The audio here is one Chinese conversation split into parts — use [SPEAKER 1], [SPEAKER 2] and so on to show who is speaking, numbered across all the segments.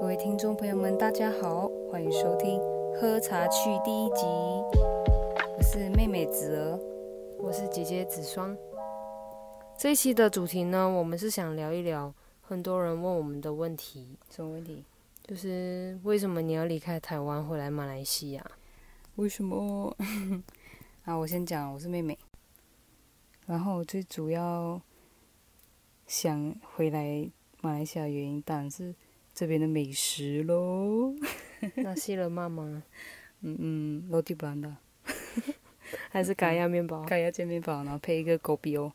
[SPEAKER 1] 各位听众朋友们，大家好，欢迎收听《喝茶去》第一集。我是妹妹子儿，
[SPEAKER 2] 我是姐姐子双。这一期的主题呢，我们是想聊一聊很多人问我们的问题，
[SPEAKER 1] 什么问题？
[SPEAKER 2] 就是为什么你要离开台湾回来马来西亚？
[SPEAKER 1] 为什么？ 啊，我先讲，我是妹妹。然后我最主要想回来马来西亚的原因，当然是这边的美食喽。
[SPEAKER 2] 那西了妈妈
[SPEAKER 1] 嗯 嗯，罗蒂布兰达，
[SPEAKER 2] 还是嘎亚面包？
[SPEAKER 1] 盖亚煎面包，然后配一个狗比哦。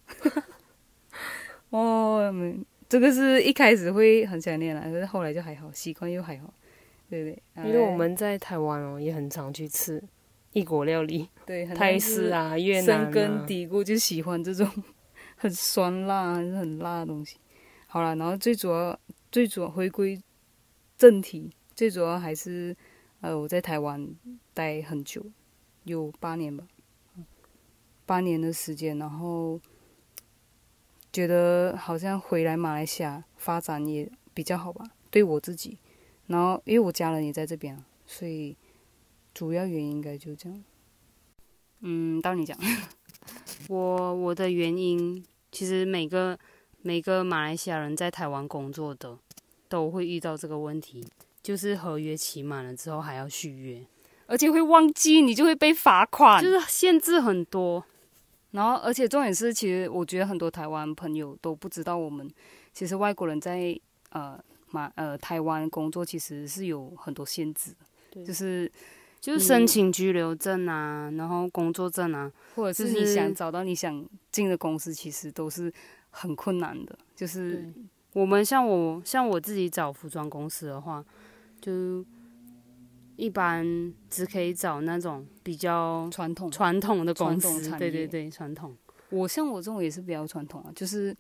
[SPEAKER 1] 哦，我们这个是一开始会很想念啦，但是后来就还好，习惯又还好，对不对？啊
[SPEAKER 3] 嗯
[SPEAKER 2] 因为我们在台湾哦，也很常去吃异国料理，
[SPEAKER 1] 哎对很
[SPEAKER 2] 泰
[SPEAKER 1] 像是
[SPEAKER 2] 式啊、越南
[SPEAKER 1] 深
[SPEAKER 2] 啊
[SPEAKER 1] 根。蒂固就喜欢这种很酸辣还是很辣的东西。好了，然后最主要最主要回归正题，最主要还是呃我在台湾待很久，有八年吧，八年的时间，然后觉得好像回来马来西亚发展也比较好吧，对我自己。然后因为我家人也在这边啊，所以主要原因应该就这样。嗯，到你 讲。
[SPEAKER 3] 我我的原因，其实每个每个马来西亚人在台湾工作的都会遇到这个问题，就是合约期满了之后还要续约，
[SPEAKER 1] 而且会忘记，你就会被罚款。
[SPEAKER 3] 就是限制很多。
[SPEAKER 1] 然后，而且重点是，其实我觉得很多台湾朋友都不知道，我们其实外国人在呃马呃台湾工作，其实是有很多限制的，
[SPEAKER 2] 对
[SPEAKER 1] 就是
[SPEAKER 3] 就是申请居留证啊，然后工作证啊，
[SPEAKER 1] 或者是
[SPEAKER 3] 就
[SPEAKER 1] 你
[SPEAKER 3] 是
[SPEAKER 1] 想找到你想进的公司，其实都是很困难的。就是
[SPEAKER 3] 我们像我像我自己找服装公司的话，就一般只可以找那种比较
[SPEAKER 1] 传统，
[SPEAKER 3] 传统的公
[SPEAKER 1] 传统
[SPEAKER 3] 司
[SPEAKER 1] 产，业
[SPEAKER 3] 对对对，传统。
[SPEAKER 1] 我像我这种也是比较传统啊，就是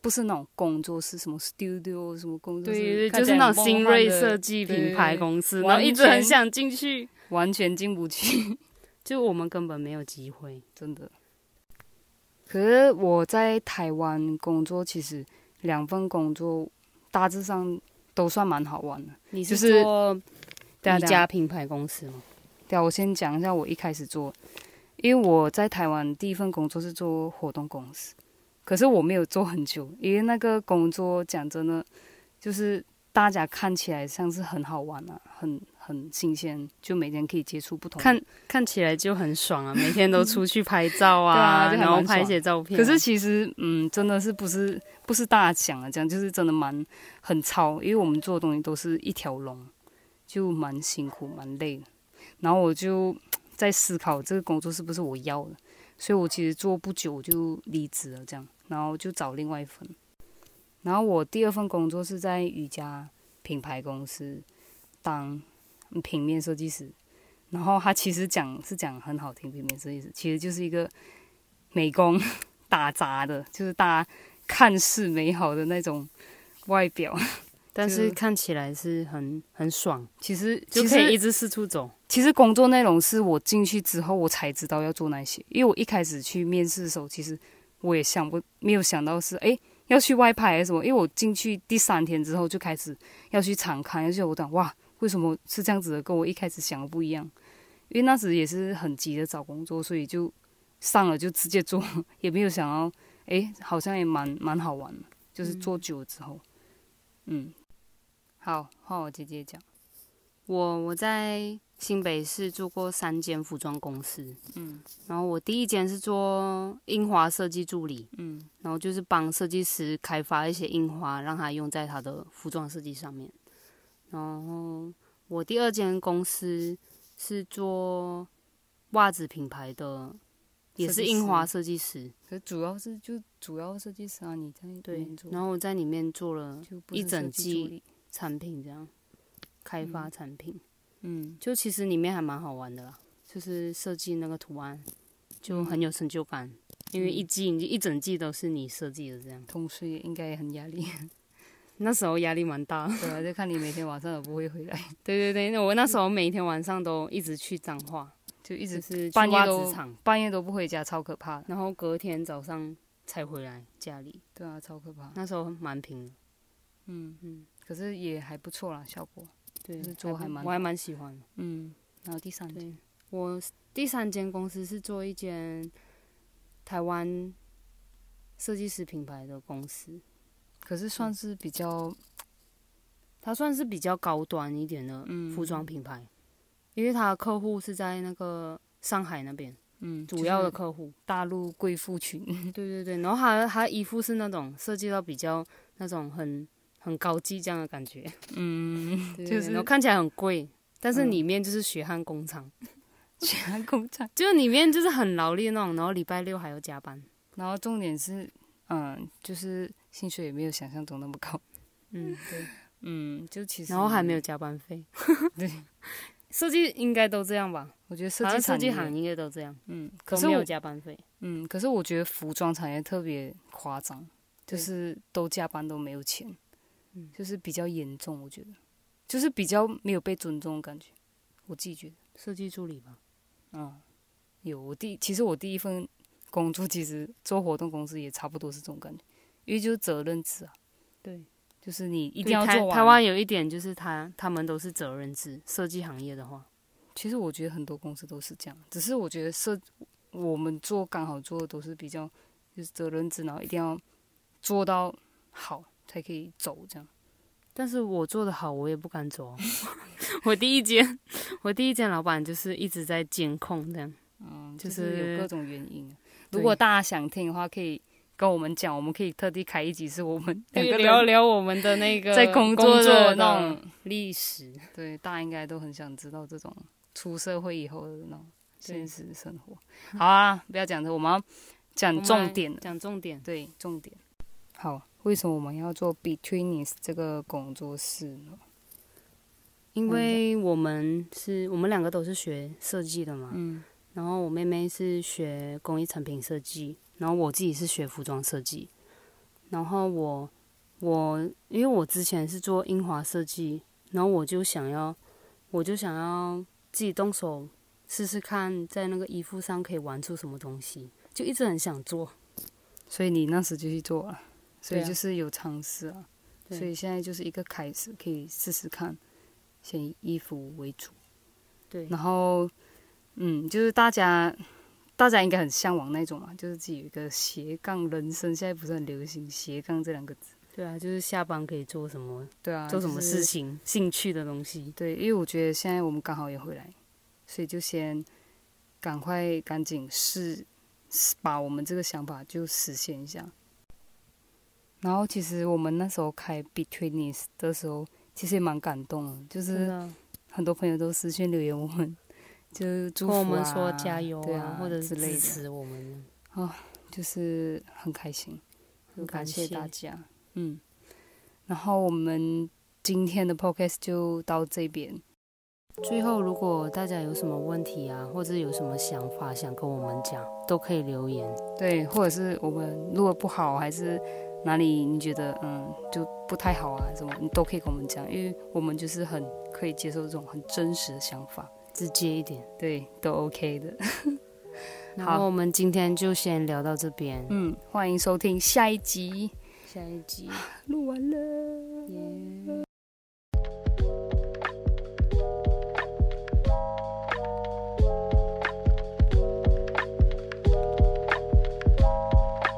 [SPEAKER 1] 不是那种工作室，什么 studio 什么工作室，
[SPEAKER 3] 对对，
[SPEAKER 1] 看
[SPEAKER 3] 就
[SPEAKER 1] 起
[SPEAKER 3] 是
[SPEAKER 1] 来
[SPEAKER 3] 那
[SPEAKER 1] 很
[SPEAKER 3] 种
[SPEAKER 1] 梦
[SPEAKER 3] 新
[SPEAKER 1] 幻
[SPEAKER 3] 锐
[SPEAKER 1] 的
[SPEAKER 3] 设计
[SPEAKER 1] 对对
[SPEAKER 3] 品
[SPEAKER 1] 对
[SPEAKER 3] 牌公司，然后一直
[SPEAKER 1] 完全
[SPEAKER 3] 很想进去，
[SPEAKER 1] 完全进不去，
[SPEAKER 3] 就我们根本没有机会。
[SPEAKER 1] 真的。可是我在台湾工作，其实两份工作大致上都算蛮好玩的。
[SPEAKER 3] 你
[SPEAKER 1] 是
[SPEAKER 3] 是做
[SPEAKER 1] 等下
[SPEAKER 3] 一家品牌公司吗？
[SPEAKER 1] 对啊，我先讲一下我一开始做，因为我在台湾第一份工作是做活动公司，可是我没有做很久，因为那个工作讲真的，就是大家看起来像是很好玩啊，很很新鲜，就每天可以接触不同的
[SPEAKER 3] 看看起来就很爽啊，每天都出去拍照
[SPEAKER 1] 对啊就还蛮
[SPEAKER 3] 然后
[SPEAKER 1] 爽
[SPEAKER 3] 拍一些照片啊。
[SPEAKER 1] 可是其实，嗯，真的是不是不是大家想的这样，就是真的蛮很超，因为我们做的东西都是一条龙，就蛮辛苦蛮累的。然后我就在思考这个工作是不是我要的，所以我其实做不久我就离职了，这样，然后就找另外一份。然后我第二份工作是在瑜伽品牌公司当平面设计师，然后他其实讲是讲很好听，平面设计师其实就是一个美工打杂的，就是大家看似美好的那种外表，
[SPEAKER 3] 但
[SPEAKER 1] 就是
[SPEAKER 3] 看起来是很很爽，
[SPEAKER 1] 其实
[SPEAKER 3] 就
[SPEAKER 1] 其
[SPEAKER 3] 可以一
[SPEAKER 1] 实
[SPEAKER 3] 直四处走。
[SPEAKER 1] 其实工作内容是我进去之后我才知道要做那些，因为我一开始去面试的时候，其实我也想不没有想到是诶哎要去外拍还是什么，因为我进去第三天之后就开始要去场刊，而且我讲哇，为什么是这样子的，跟我一开始想的不一样？因为那时也是很急的找工作，所以就上了就直接做，也没有想要诶，好像也蛮蛮好玩的，就是做久了之后，嗯好，换我姐姐讲，
[SPEAKER 3] 我我在新北市做过三间服装公司，
[SPEAKER 1] 嗯
[SPEAKER 3] 然后我第一间是做印花设计助理，
[SPEAKER 1] 嗯
[SPEAKER 3] 然后就是帮设计师开发一些印花，让他用在他的服装设计上面。然后我第二间公司是做袜子品牌的，也
[SPEAKER 1] 设
[SPEAKER 3] 是
[SPEAKER 1] 计
[SPEAKER 3] 印花
[SPEAKER 1] 师
[SPEAKER 3] 设计师。
[SPEAKER 1] 可主要是就主要设计师啊，你在里
[SPEAKER 3] 对
[SPEAKER 1] 面，做，
[SPEAKER 3] 嗯然后我在里面做了
[SPEAKER 1] 就不
[SPEAKER 3] 一
[SPEAKER 1] 是
[SPEAKER 3] 整
[SPEAKER 1] 设计
[SPEAKER 3] 季
[SPEAKER 1] 助理，
[SPEAKER 3] 产品，这样开发产品，
[SPEAKER 1] 嗯，
[SPEAKER 3] 就其实里面还蛮好玩的啦，就是设计那个图案
[SPEAKER 1] 嗯
[SPEAKER 3] 就很有成就感，因为一季你一整季都是你设计的这样。
[SPEAKER 1] 同时也应该也很压力，
[SPEAKER 3] 那时候压力蛮大的。
[SPEAKER 1] 对啊，就看你每天晚上都不会回来，
[SPEAKER 3] 对对对，那我那时候每天晚上都一直去彰化，
[SPEAKER 1] 就一
[SPEAKER 3] 就
[SPEAKER 1] 直
[SPEAKER 3] 是去
[SPEAKER 1] 半夜
[SPEAKER 3] 袜
[SPEAKER 1] 都
[SPEAKER 3] 子厂，
[SPEAKER 1] 半夜都不回家，超可怕的，
[SPEAKER 3] 然后隔天早上才回来家里。
[SPEAKER 1] 对啊，超可怕。
[SPEAKER 3] 那时候蛮平的，
[SPEAKER 1] 嗯
[SPEAKER 3] 嗯，
[SPEAKER 1] 可是也还不错啦，效果。
[SPEAKER 3] 对
[SPEAKER 1] 就是，做还蛮
[SPEAKER 3] 我还蛮喜欢的。
[SPEAKER 1] 嗯，然后第三
[SPEAKER 3] 对我第三间公司是做一间台湾设计师品牌的公司，
[SPEAKER 1] 可
[SPEAKER 3] 嗯
[SPEAKER 1] 是算是比较
[SPEAKER 3] 它算是比较高端一点的
[SPEAKER 1] 嗯
[SPEAKER 3] 服装品牌，因为它的客户是在那个上海那边
[SPEAKER 1] 嗯
[SPEAKER 3] 主要的客户。
[SPEAKER 1] 大陆贵妇群，
[SPEAKER 3] 对对对，然后它它衣服是那种设计到比较那种很很高级这样的感 觉，
[SPEAKER 1] 嗯，
[SPEAKER 3] 对对
[SPEAKER 1] 就
[SPEAKER 3] 对
[SPEAKER 1] 是
[SPEAKER 3] 然后看起来很贵，但是
[SPEAKER 1] 嗯
[SPEAKER 3] 里面就是血汗工 厂，
[SPEAKER 1] 全工厂。
[SPEAKER 3] 就是里面就是很劳力那种，然后礼拜六还要加班。
[SPEAKER 1] 然后重点是，嗯，就是薪水也没有想象中那么高，
[SPEAKER 3] 嗯，对。
[SPEAKER 1] 嗯，就其实
[SPEAKER 3] 然后还没有，加班费。
[SPEAKER 1] 对，
[SPEAKER 3] 设计应该都这样吧？
[SPEAKER 1] 我觉得设
[SPEAKER 3] 好像
[SPEAKER 1] 计
[SPEAKER 3] 设计
[SPEAKER 1] 产
[SPEAKER 3] 行
[SPEAKER 1] 业，
[SPEAKER 3] 业都这样，
[SPEAKER 1] 嗯，可
[SPEAKER 3] 都
[SPEAKER 1] 是
[SPEAKER 3] 没有
[SPEAKER 1] 我，
[SPEAKER 3] 加班费。
[SPEAKER 1] 嗯，可是我觉得服装产业特别夸张，就
[SPEAKER 3] 对
[SPEAKER 1] 是都加班都没有钱，
[SPEAKER 3] 嗯
[SPEAKER 1] 就是比较严重，我觉得，就是比较没有被尊重的感觉，我自己觉得。
[SPEAKER 3] 设计助理吧，
[SPEAKER 1] 嗯，有我第其实我第一份工作其实做活动公司也差不多是这种感觉，因为就是责任制啊，
[SPEAKER 3] 对，
[SPEAKER 1] 就是你一
[SPEAKER 3] 一
[SPEAKER 1] 定要做完。
[SPEAKER 3] 台湾有一点就是他他们都是责任制，设计行业的话，
[SPEAKER 1] 其实我觉得很多公司都是这样，只是我觉得设我们做刚好做的都是比较就是责任制，然后一定要做到好才可以走这样。
[SPEAKER 3] 但是我做的好，我也不敢走啊。 我第一间， 我第一间老板就是一直在监控这样。
[SPEAKER 1] 嗯，
[SPEAKER 3] 就
[SPEAKER 1] 就是
[SPEAKER 3] 是
[SPEAKER 1] 有各种原因啊。
[SPEAKER 3] 对
[SPEAKER 1] 如果大家想听的话，可以跟我们讲，我们可以特地开一集是我们两
[SPEAKER 3] 对
[SPEAKER 1] 个
[SPEAKER 3] 聊
[SPEAKER 1] 人
[SPEAKER 3] 聊我们的那个
[SPEAKER 1] 在工作
[SPEAKER 3] 的
[SPEAKER 1] 的那种。
[SPEAKER 3] 历史，
[SPEAKER 1] 对，大家应该都很想知道这种出社会以后的 那种现实生活。好啊，不要讲这，我们要讲重点
[SPEAKER 3] 我们来。讲重点。
[SPEAKER 1] 对，重点。好，为什么我们要做 Betweenis 这个工作室呢？
[SPEAKER 3] 因为我们是我们两个都是学设计的嘛，
[SPEAKER 1] 嗯
[SPEAKER 3] 然后我妹妹是学工艺产品设计，然后我自己是学服装设计。然后我我因为我之前是做英华设计，然后我就想要我就想要自己动手试试看，在那个衣服上可以玩出什么东西，就一直很想做。
[SPEAKER 1] 所以你那时就去做了，所以
[SPEAKER 3] 对啊
[SPEAKER 1] 就是有尝试啊。
[SPEAKER 3] 对
[SPEAKER 1] 所以现在就是一个开始，可以试试看，先以衣服为主。
[SPEAKER 3] 对
[SPEAKER 1] 然后，嗯，就是大家，大家应该很向往那种嘛，就是自己有一个斜杠人生。现在不是很流行斜杠这两个字？
[SPEAKER 3] 对啊，就是下班可以做什么，
[SPEAKER 1] 对啊，
[SPEAKER 3] 做什么
[SPEAKER 1] 就是
[SPEAKER 3] 事情，兴趣的东西。
[SPEAKER 1] 对，因为我觉得现在我们刚好也回来，所以就先赶快赶紧试，试把我们这个想法就实现一下。然后其实我们那时候开 Between Us 的时候，其实也蛮感动的，就是
[SPEAKER 3] 的，
[SPEAKER 1] 很多朋友都私信留言我们， 就是祝
[SPEAKER 3] 跟
[SPEAKER 1] 福、啊、
[SPEAKER 3] 我们说加油啊
[SPEAKER 1] 对啊
[SPEAKER 3] 或者
[SPEAKER 1] 之
[SPEAKER 3] 是
[SPEAKER 1] 类
[SPEAKER 3] 支
[SPEAKER 1] 的，
[SPEAKER 3] 持我们，
[SPEAKER 1] 就是很开心。
[SPEAKER 3] 很
[SPEAKER 1] 感
[SPEAKER 3] 感
[SPEAKER 1] 谢
[SPEAKER 3] 谢
[SPEAKER 1] 大家。嗯，然后我们今天的 podcast 就到这边。
[SPEAKER 3] 最后，如果大家有什么问题啊，或者有什么想法想跟我们讲，都可以留言。
[SPEAKER 1] 对，或者是我们如果不好，还是哪里你觉得嗯就不太好啊什么，你都可以跟我们讲，因为我们就是很可以接受这种很真实的想法，
[SPEAKER 3] 直接一点。
[SPEAKER 1] 对，都 OK 的。
[SPEAKER 3] 然后我们今天就先聊到这边，
[SPEAKER 1] 嗯，欢迎收听下一集，
[SPEAKER 3] 下一集
[SPEAKER 1] 录完了。
[SPEAKER 3] 耶。